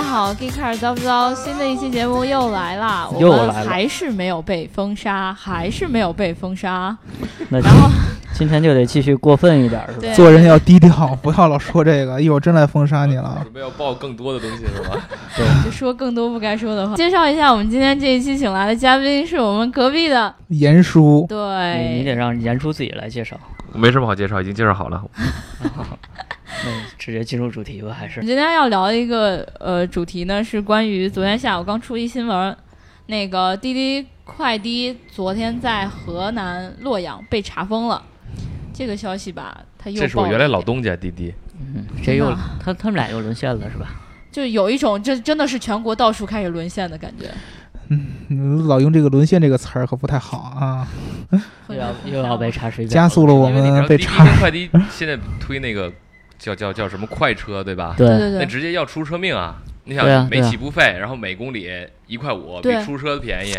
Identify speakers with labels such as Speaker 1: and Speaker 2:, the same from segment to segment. Speaker 1: 好，Geekcar 糟不糟？新的一期节目又来啦，我
Speaker 2: 又
Speaker 1: 们
Speaker 2: 来了
Speaker 1: 还是没有被封杀，还是没有被封杀。
Speaker 2: 那
Speaker 1: 然后，
Speaker 2: 今天就得继续过分一点，是吧？
Speaker 1: 对，
Speaker 3: 做人要低调，不要老说这个，一会儿真来封杀你了。
Speaker 4: 准备要爆更多的东西是 吧？
Speaker 1: 就说更多不该说的话。介绍一下，我们今天这一期请来的嘉宾是我们隔壁的，
Speaker 3: 严叔，
Speaker 2: 你
Speaker 1: 对，
Speaker 2: 你得让严叔自己来介绍，
Speaker 4: 没什么好介绍，已经介绍好了。
Speaker 2: 那直接进入主题吧，还
Speaker 1: 我
Speaker 2: 是
Speaker 1: 们今天要聊的一个呃主题呢，是关于昨天下午刚出一新闻，那个滴滴快滴昨天在河南洛阳被查封了，这个消息吧，它又
Speaker 4: 这是我
Speaker 1: 爆
Speaker 4: 原
Speaker 1: 了
Speaker 4: 来老东家滴滴，
Speaker 2: 嗯，这又
Speaker 1: 真的
Speaker 2: 他他们俩又沦陷了，是吧？
Speaker 1: 就有一种这真的是全国到处开始沦陷的感觉。
Speaker 3: 嗯老用这个“沦陷”这个词儿可不太好啊，
Speaker 2: 又要又要被查水表
Speaker 3: 加，速了我
Speaker 4: 因为你知
Speaker 3: 们
Speaker 4: 道
Speaker 3: 被
Speaker 4: 滴滴
Speaker 3: 查。
Speaker 4: 跟快滴现在推那个叫叫叫什么快车对吧？
Speaker 2: 对
Speaker 1: 对对
Speaker 4: 那
Speaker 1: 对，
Speaker 4: 直接要出车命啊！你
Speaker 2: 对啊
Speaker 4: 想
Speaker 2: 对
Speaker 4: 每
Speaker 2: 啊
Speaker 4: 起步费，然后每公里一块五，比
Speaker 1: 对
Speaker 4: 出车便宜，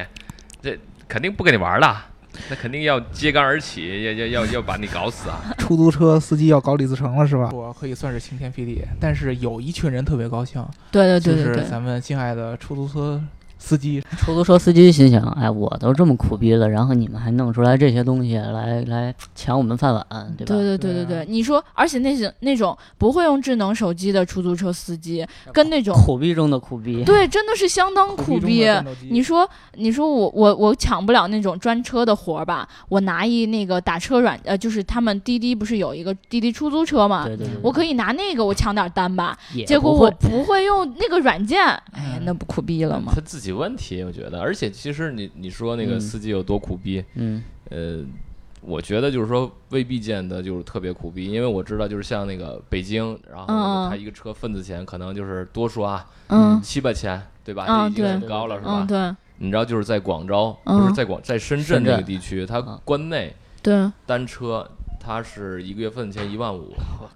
Speaker 4: 这肯定不跟你玩了。那肯定要揭竿而起，要要要要把你搞死啊！
Speaker 3: 出租车司机要搞李自成了是吧？我可以算是晴天霹雳，但是有一群人特别高兴，
Speaker 1: 对对
Speaker 3: 就
Speaker 1: 对对
Speaker 3: 是
Speaker 1: 对，
Speaker 3: 咱们敬爱的出租车司机。
Speaker 2: 出租车司机心想，哎，我都这么苦逼了，然后你们还弄出来这些东西来来抢我们饭碗，
Speaker 1: 对
Speaker 2: 对吧？
Speaker 1: 对对
Speaker 3: 对
Speaker 1: 对
Speaker 3: 啊
Speaker 1: 对，你说，而且那种那种不会用智能手机的出租车司机，跟那种
Speaker 2: 苦逼中的苦逼，
Speaker 1: 对真的是相当哎苦逼。你说，你说我我我抢不了那种专车的活儿吧？我拿一那个打车软呃，就是他们滴滴不是有一个滴滴出租车吗？
Speaker 2: 对对对，
Speaker 1: 啊我可以拿那个我抢点单吧。
Speaker 2: 也
Speaker 1: 结果
Speaker 2: 不
Speaker 1: 我
Speaker 2: 会
Speaker 1: 不会用那个软件，哎呀，
Speaker 3: 嗯
Speaker 1: 那不苦逼了吗？
Speaker 4: 他自己问题，我觉得，而且其实你你说那个
Speaker 2: 嗯
Speaker 4: 司机有多苦逼，
Speaker 2: 嗯
Speaker 4: 呃，我觉得就是说未必见得就是特别苦逼，因为我知道就是像那个北京，然后
Speaker 1: 嗯嗯
Speaker 4: 他一个车份子钱可能就是多说啊
Speaker 1: 嗯
Speaker 4: 七八千，对吧？
Speaker 1: 嗯
Speaker 4: 这已经
Speaker 1: 对
Speaker 4: 很高了，是吧
Speaker 1: 嗯，？对
Speaker 4: 你知道就是在广州，
Speaker 1: 嗯
Speaker 4: 不是在广在深圳
Speaker 2: 深
Speaker 4: 这
Speaker 2: 圳
Speaker 4: 个地区，它
Speaker 2: 嗯
Speaker 4: 关内
Speaker 1: 对。
Speaker 4: 单车它是一个月份子钱一万五，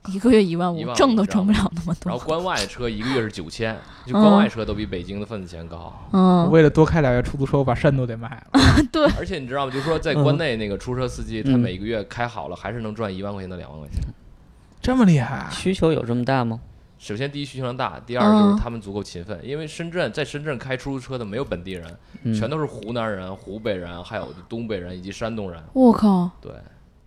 Speaker 1: 一个月一万
Speaker 4: 一
Speaker 1: 五，
Speaker 4: 万五
Speaker 1: 挣都挣不了那么
Speaker 4: 然后
Speaker 1: 多。
Speaker 4: 关外车一个月是九千，就
Speaker 1: 嗯
Speaker 4: 关外车都比北京的份子钱高。
Speaker 1: 嗯，
Speaker 3: 为了多开俩月出租车，我把山都得卖了。
Speaker 4: 而且你知道吗？就是说在
Speaker 1: 嗯
Speaker 4: 关内那个出租车司机，他
Speaker 2: 嗯
Speaker 4: 每个月开好了还是能赚一万块钱到两万块钱。
Speaker 3: 这么厉害？啊
Speaker 2: 需求有这么大吗？
Speaker 4: 首先，第一需求量大，第二就
Speaker 1: 嗯
Speaker 4: 是他们足够勤奋，因为深圳在深圳开出租车的没有本地人，
Speaker 2: 嗯，
Speaker 4: 全都是湖南人、湖北人，还有东北人以及山东人。
Speaker 1: 我靠，
Speaker 4: 对，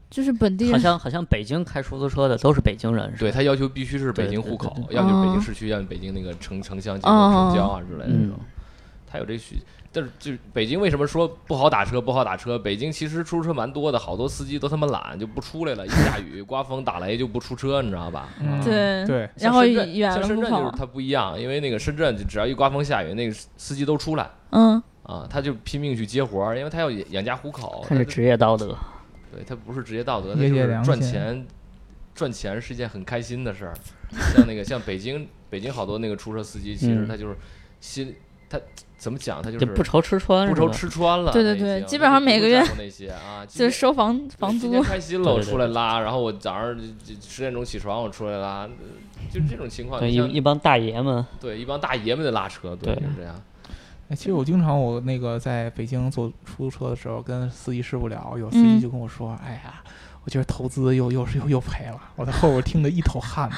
Speaker 1: 就是本地
Speaker 2: 好
Speaker 1: 人，
Speaker 2: 像好像北京开出租车的都是北京人，是吧
Speaker 4: 对他要求必须是北京户口，
Speaker 2: 对对嗯
Speaker 4: 要么就是北
Speaker 1: 哦
Speaker 4: 京市区，要么北京那个城城乡结合
Speaker 1: 哦
Speaker 4: 城郊啊之类的这
Speaker 2: 嗯
Speaker 4: 种。他有这需，但是就是北京为什么说不好打车？不好打车，北京其实出租车蛮多的，好多司机都他妈懒，就不出来了。一下雨、刮风、打雷就不出车，你知道吧？
Speaker 3: 嗯
Speaker 1: 对
Speaker 3: 对，
Speaker 1: 然
Speaker 4: 像
Speaker 1: 后
Speaker 4: 深圳
Speaker 1: 远
Speaker 4: 像
Speaker 1: 了
Speaker 4: 深
Speaker 1: 不
Speaker 4: 圳就是
Speaker 1: 跑。
Speaker 4: 它不一样，因为那个深圳就只要一刮风下雨，那个司机都出来
Speaker 1: 嗯，
Speaker 4: 啊，他就拼命去接活儿，因为他要养养家糊口。
Speaker 2: 看着
Speaker 4: 他
Speaker 2: 职业道德，
Speaker 4: 对他不是职业道德，他
Speaker 3: 业
Speaker 4: 就
Speaker 3: 界
Speaker 4: 是
Speaker 3: 良
Speaker 4: 赚
Speaker 3: 心
Speaker 4: 钱，赚钱是一件很开心的事儿。像那个像北京北京好多那个出租车司机，其实
Speaker 2: 嗯
Speaker 4: 他就是心他怎么讲，他就
Speaker 2: 就是不愁吃穿，
Speaker 4: 不
Speaker 2: 是
Speaker 4: 愁
Speaker 2: 吧
Speaker 4: 吃穿了那
Speaker 1: 对
Speaker 4: 已
Speaker 1: 对
Speaker 4: 经。
Speaker 1: 对基
Speaker 4: 他
Speaker 1: 本
Speaker 4: 就
Speaker 1: 上
Speaker 4: 不
Speaker 1: 每
Speaker 4: 会
Speaker 1: 个月
Speaker 4: 在乎那 些啊，基
Speaker 1: 就
Speaker 4: 本
Speaker 1: 是收房房
Speaker 4: 今
Speaker 1: 租
Speaker 4: 天，开心了，
Speaker 2: 对
Speaker 4: 我
Speaker 2: 对对
Speaker 4: 出来拉，然后我早上就就十点钟起床，我出来拉，就这种情况。
Speaker 2: 对
Speaker 4: 你
Speaker 2: 一
Speaker 4: 像
Speaker 2: 一帮大爷们，
Speaker 4: 对，一帮大爷们的拉车，对，
Speaker 2: 对
Speaker 4: 就是这样。
Speaker 3: 哎，其实
Speaker 1: 嗯
Speaker 3: 我经常我那个在北京坐出租车的时候，跟司机师傅聊，有司
Speaker 1: 嗯
Speaker 3: 机就跟我说：“哎呀，我觉得投资又又是又又赔了。”我在后边听得一头汗 呢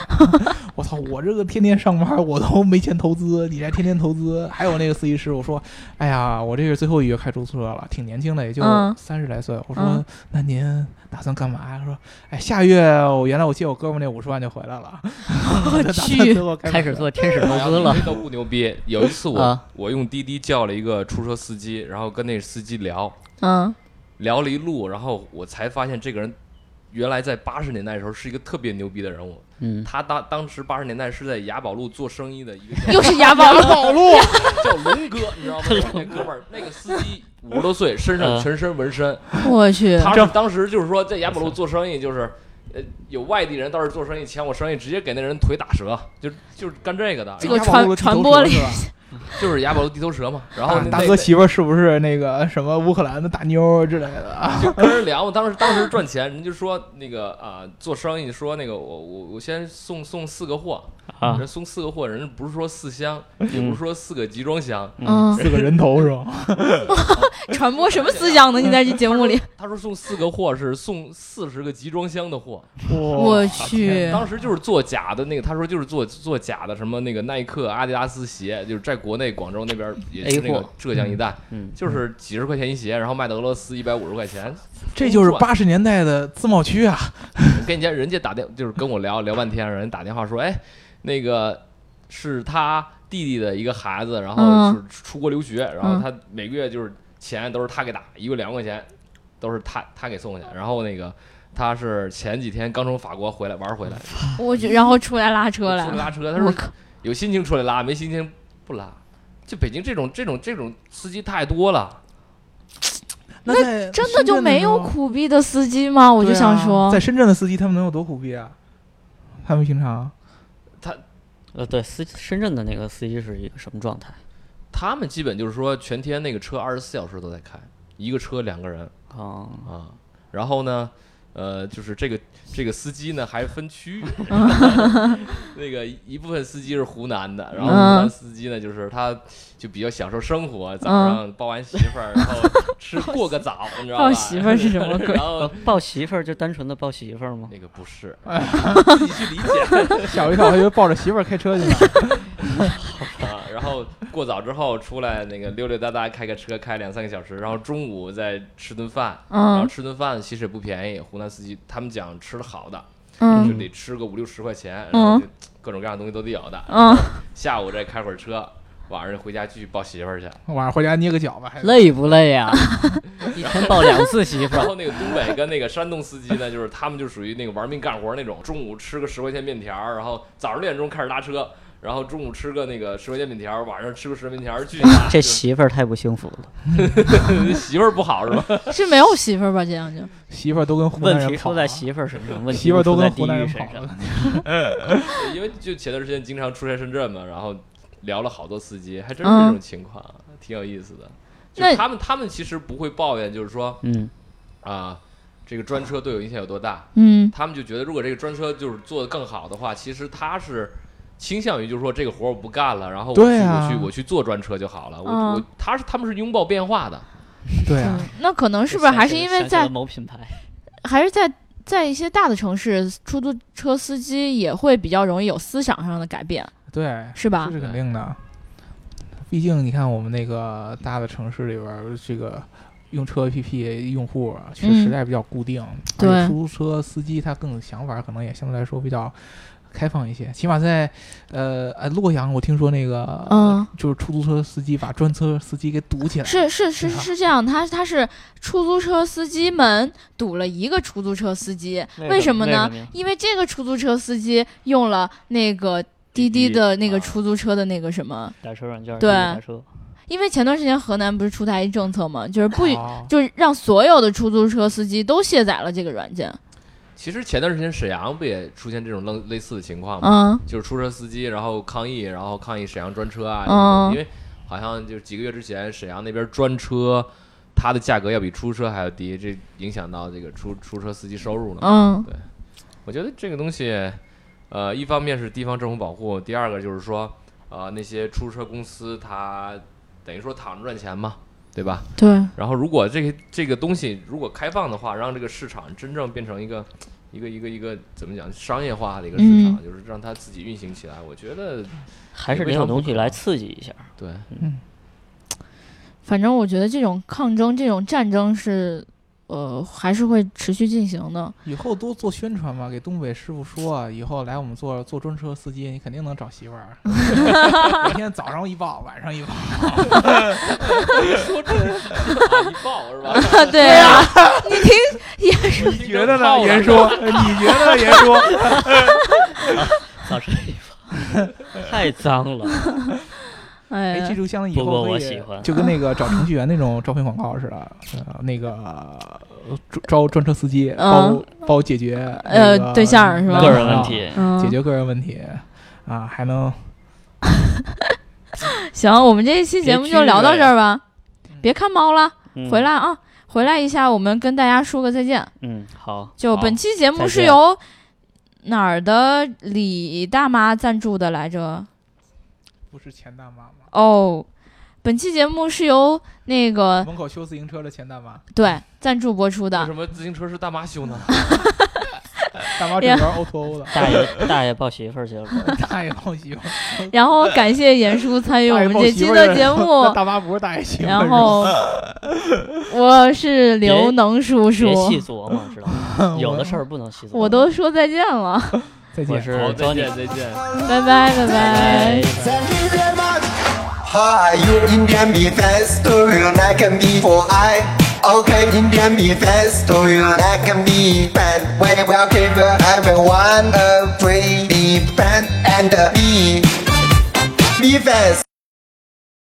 Speaker 3: 我操，我这个天天上班，我都没钱投资，你这还天天投资。还有那个司机师傅说：“哎呀，我这是最后一个月开出租车了，挺年轻的，也就
Speaker 1: 嗯
Speaker 3: 三十来岁。我说：“
Speaker 1: 嗯
Speaker 3: 那您打算干嘛呀？”他说：“哎，下月我原来我借我哥们儿那五十万就回来 了，我打算
Speaker 1: 去
Speaker 3: 最后开
Speaker 2: 开始做天使投资了
Speaker 4: 哎呀。这都不牛逼。有一次我、
Speaker 2: 啊
Speaker 4: 我用滴滴叫了一个出租车司机，然后跟那司机聊
Speaker 1: 嗯
Speaker 4: 聊了一路，然后我才发现这个人原来在八十年代的时候是一个特别牛逼的人物。
Speaker 2: 嗯，
Speaker 4: 他当当时八十年代是在雅宝路做生意的一个叫
Speaker 1: 又是押宝了。
Speaker 3: 跑路。
Speaker 4: 叫龙哥，你知道吗？那哥们儿，那个司机五十多岁，身上
Speaker 2: 嗯
Speaker 4: 全身纹身，
Speaker 1: 我去，
Speaker 4: 他是当时就是说在雅宝路做生意，就是呃有外地人到这儿做生意抢我生意，直接给那人腿打折，就就是干这个的。
Speaker 1: 这个
Speaker 3: 压马路
Speaker 1: 传
Speaker 3: 的
Speaker 1: 传
Speaker 3: 地头
Speaker 1: 播
Speaker 3: 蛇
Speaker 1: 了
Speaker 3: 是吧
Speaker 4: 就是亚波罗地头蛇嘛。然后
Speaker 3: 啊
Speaker 4: 那
Speaker 3: 大哥媳妇儿是不是那个什么乌克兰的大妞儿之类的啊？
Speaker 4: 就跟人聊嘛， 当时当时赚钱，人就说那个啊，做生意说那个我我我先送送四个货，
Speaker 2: 啊嗯
Speaker 4: 人送四个货，人家不是说四箱，也不是说四个集装箱，
Speaker 1: 嗯，
Speaker 3: 四个人头是吧？
Speaker 1: 传播什么思想呢？你在这节目里，
Speaker 4: 他说送四个货是送四十个集装箱的货，
Speaker 1: 我去，
Speaker 4: 当时就是做假的那个，他说就是做做假的什么那个耐克、阿迪达斯鞋，就是在国内广州那边也是
Speaker 2: A
Speaker 4: 那个
Speaker 2: 货
Speaker 4: 浙江一带，
Speaker 2: 嗯，
Speaker 4: 就是几十块钱一鞋，然后卖到俄罗斯一百五十块钱，
Speaker 3: 这就是
Speaker 4: 赚
Speaker 3: 八十年代的自贸区啊！
Speaker 4: 跟人家人家打电就是跟我聊聊半天，人家打电话说，哎，那个是他弟弟的一个孩子，然后
Speaker 1: 嗯
Speaker 4: 是出国留学，然后他每个月就是钱都是他给打，一个月两块钱都是他他给送去，然后那个他是前几天刚从法国回来玩回来，
Speaker 1: 我觉然后出来拉
Speaker 4: 出
Speaker 1: 车来
Speaker 4: 来
Speaker 1: 了，
Speaker 4: 拉车，他
Speaker 1: 我
Speaker 4: 说
Speaker 1: 靠，
Speaker 4: 有心情出来拉，没心情不拉。就北京这种这种这种司机太多了，
Speaker 3: 那在
Speaker 1: 真的就没有
Speaker 3: 深圳的时候
Speaker 1: 苦逼的司机吗？我就想
Speaker 3: 对啊
Speaker 1: 说
Speaker 3: 在，深圳的司机他们能有多苦逼啊？他们平 常
Speaker 2: 呃，对，司深圳的那个司机是一个什么状态
Speaker 4: 他们基本就是说全天那个车二十四小时都在开，一个车两个人，
Speaker 2: 啊？
Speaker 4: 啊，然后呢，呃，就是这个这个司机呢还分 区域，那个一部分司机是湖南的，
Speaker 1: 嗯
Speaker 4: 然后湖南司机呢就是他就比较享受生活，早
Speaker 1: 嗯
Speaker 4: 上抱完媳妇儿，然后吃过个早，你知道吧？
Speaker 1: 抱媳妇儿是什 么鬼
Speaker 4: 然后
Speaker 2: 呃抱媳妇儿就单纯的抱媳妇儿吗？
Speaker 4: 那个 不是，
Speaker 1: 哎
Speaker 4: 自己去理解
Speaker 3: 吓我一跳，我以为抱着媳妇儿开车去呢。
Speaker 4: 啊。然后过早之后出来那个溜溜达达开个车开两三个小时，然后中午再吃顿饭，然后
Speaker 1: 嗯
Speaker 4: 吃顿饭其实也不便宜，湖南司机他们讲吃的好的。就
Speaker 1: 嗯
Speaker 4: 得吃个五六十块钱，然
Speaker 1: 嗯
Speaker 4: 后就各种各样的东西都得有的。
Speaker 1: 嗯，
Speaker 4: 下午再开会儿车，晚上回家继续抱媳妇儿去。
Speaker 3: 晚上回家捏个脚吧， 还
Speaker 2: 累不累 呀、一天抱两次媳妇
Speaker 4: 然
Speaker 2: 儿，
Speaker 4: 后那个东北跟那个山东司机呢，就是他们就属于那个玩命干活那种，中午吃个十块钱面条儿，然后早上六点钟开始拉车，然后中午吃个那个十块钱面条儿，晚上吃个十块钱面条儿，继续拉。
Speaker 2: 这
Speaker 4: 就是
Speaker 2: 媳妇儿太不幸福了。
Speaker 4: 媳妇儿不好是吧？
Speaker 1: 是没有媳妇儿吧？这样就
Speaker 3: 媳妇儿都跟湖南
Speaker 2: 问
Speaker 3: 人
Speaker 2: 题
Speaker 3: 跑啊
Speaker 2: 出
Speaker 3: 了，
Speaker 2: 在媳妇儿身 上，问题
Speaker 3: 媳妇儿都
Speaker 2: 出在
Speaker 3: 跟
Speaker 2: 地
Speaker 3: 湖南
Speaker 2: 域
Speaker 3: 人
Speaker 2: 身
Speaker 3: 跑
Speaker 2: 上。
Speaker 3: 了。
Speaker 4: 因为就前段时间经常出差深圳嘛，然后聊了好多司机，还真是这种情况，挺有意思的。就
Speaker 1: 那
Speaker 4: 他们他们其实不会抱怨，就是说。
Speaker 2: 嗯，
Speaker 4: 啊，这个专车对我影响有多大？
Speaker 1: 嗯
Speaker 4: 他们就觉得，如果这个专车就是做得更好的话，其实他是倾向于就是说这个活儿我不干了，然后我去、
Speaker 3: 对啊
Speaker 4: 我去我去坐专车就好了。我、
Speaker 1: 嗯
Speaker 4: 我他是他们是拥抱变化的，
Speaker 3: 对啊，
Speaker 1: 嗯，那可能是不是还是因为
Speaker 2: 想起了
Speaker 1: 在
Speaker 2: 某品牌？
Speaker 1: 还是在在一些大的城市，出租车司机也会比较容易有思想上的改变，
Speaker 3: 对，
Speaker 1: 是吧
Speaker 3: 这？是肯定的。毕竟你看我们那个大的城市里边儿，这个用车 APP 用户啊确实
Speaker 1: 嗯
Speaker 3: 在比较固定，
Speaker 1: 对
Speaker 3: 而且出租车司机他更想法可能也相对来说比较。开放一些，起码在，呃，呃洛阳，我听说那个，
Speaker 1: 嗯
Speaker 3: 就是出租车司机把专车司机给堵起来，
Speaker 1: 是是是
Speaker 3: 对啊
Speaker 1: 是这样，他他是出租车司机们堵了一个出租车司机， 为什么呢？
Speaker 2: 呀？
Speaker 1: 因为这个出租车司机用了那个滴滴
Speaker 4: 滴滴
Speaker 1: 的那个
Speaker 4: 啊
Speaker 1: 出租车的那个什么，
Speaker 2: 打车软件儿
Speaker 1: 对啊
Speaker 2: 打车，
Speaker 1: 因为前段时间河南不是出台一政策嘛，就是不
Speaker 3: 不
Speaker 1: 允就是让所有的出租车司机都卸载了这个软件，
Speaker 4: 其实前段时间沈阳不也出现这种类类似的情况吗？
Speaker 1: 嗯
Speaker 4: 就是出租车司机然后抗议，然后抗议沈阳专车啊，
Speaker 1: 嗯
Speaker 4: 因为好像就是几个月之前沈阳那边专车。它的价格要比出租车还要低，这影响到这个出出租车司机收入呢。
Speaker 1: 嗯
Speaker 4: 我觉得这个东西，呃，一方面是地方政府保护，第二个就是说，呃，那些出租车公司它等于说躺着赚钱嘛，对吧？
Speaker 1: 对，
Speaker 4: 然后如果这个这个东西如果开放的话，让这个市场真正变成一个一个一个一个怎么讲商业化的一个市场，就是让它自己运行起来。我觉得
Speaker 2: 还是
Speaker 4: 也
Speaker 2: 得
Speaker 4: 未
Speaker 2: 有
Speaker 4: 尝不
Speaker 2: 东西
Speaker 4: 可
Speaker 2: 来刺激一下。
Speaker 4: 对，
Speaker 1: 反正我觉得这种抗争、这种战争是，呃，还是会持续进行的。
Speaker 3: 以后多做宣传嘛，给东北师傅说啊，以后来我们做做专车司机，你肯定能找媳妇儿。啊每天早上一报，晚上一报，
Speaker 4: 说这啊一爆是 吧？
Speaker 1: 对啊呀、你听也是
Speaker 4: 你觉得呢
Speaker 3: 严叔？呃你觉得呢？严 叔？
Speaker 2: 早晨一放， 太脏了。
Speaker 1: 哎
Speaker 3: 哎，
Speaker 1: 呀
Speaker 3: 这，就像以
Speaker 2: 不
Speaker 3: 后
Speaker 2: 过
Speaker 3: 可
Speaker 2: 我
Speaker 3: 以
Speaker 2: 喜欢
Speaker 3: 就跟那个找程序员那种招聘广告似的，呃，那个呃招专车司机，包
Speaker 1: 嗯
Speaker 3: 包解决
Speaker 1: 呃
Speaker 3: 那个啊
Speaker 1: 对象是吧
Speaker 2: 个人问，题，
Speaker 1: 嗯，
Speaker 3: 解决个人问题啊，还能
Speaker 1: 行，我们这一期节目就聊到这儿吧，别看猫了，
Speaker 2: 嗯
Speaker 1: 回来啊，回来一下，我们跟大家说个再见。
Speaker 2: 嗯，好，
Speaker 1: 就
Speaker 4: 好
Speaker 1: 本期节目
Speaker 2: 再
Speaker 1: 是
Speaker 2: 见
Speaker 1: 由哪儿的李大妈赞助的来着？
Speaker 3: 不是钱大妈吗？
Speaker 1: 哦，本期节目是由那个
Speaker 3: 门口修自行车的钱大妈，
Speaker 1: 对赞助播出
Speaker 4: 为
Speaker 1: 的
Speaker 4: 什。么自行车是大妈修呢？
Speaker 3: 大妈
Speaker 1: 哎
Speaker 3: 整玩 O to O 的，
Speaker 2: 大爷大爷抱媳妇儿去了，
Speaker 3: 大爷抱媳妇儿，
Speaker 1: 然后感谢严叔参与哎我
Speaker 3: 大爷
Speaker 1: 们
Speaker 3: 抱
Speaker 1: 这
Speaker 3: 媳
Speaker 1: 期
Speaker 3: 妇儿
Speaker 1: 的
Speaker 3: 是
Speaker 1: 节目
Speaker 3: 那， 大妈不是大爷媳妇儿，
Speaker 1: 然后我是刘
Speaker 2: 别
Speaker 1: 能叔叔
Speaker 2: 别，细琢磨，知道吗？有的事儿不能细琢磨。
Speaker 1: 我都说再见了，
Speaker 3: 再见
Speaker 2: 我。是
Speaker 4: 好，再
Speaker 2: Johnny
Speaker 4: 见，再见。
Speaker 1: 拜拜拜拜。
Speaker 2: 哎
Speaker 5: Thank you very much. Hi, you Indian me, thanks to you, I can be for I. Okay, Indian me, thanks to you, I can be band. When we are given everyone a pretty band and a me. Me fans.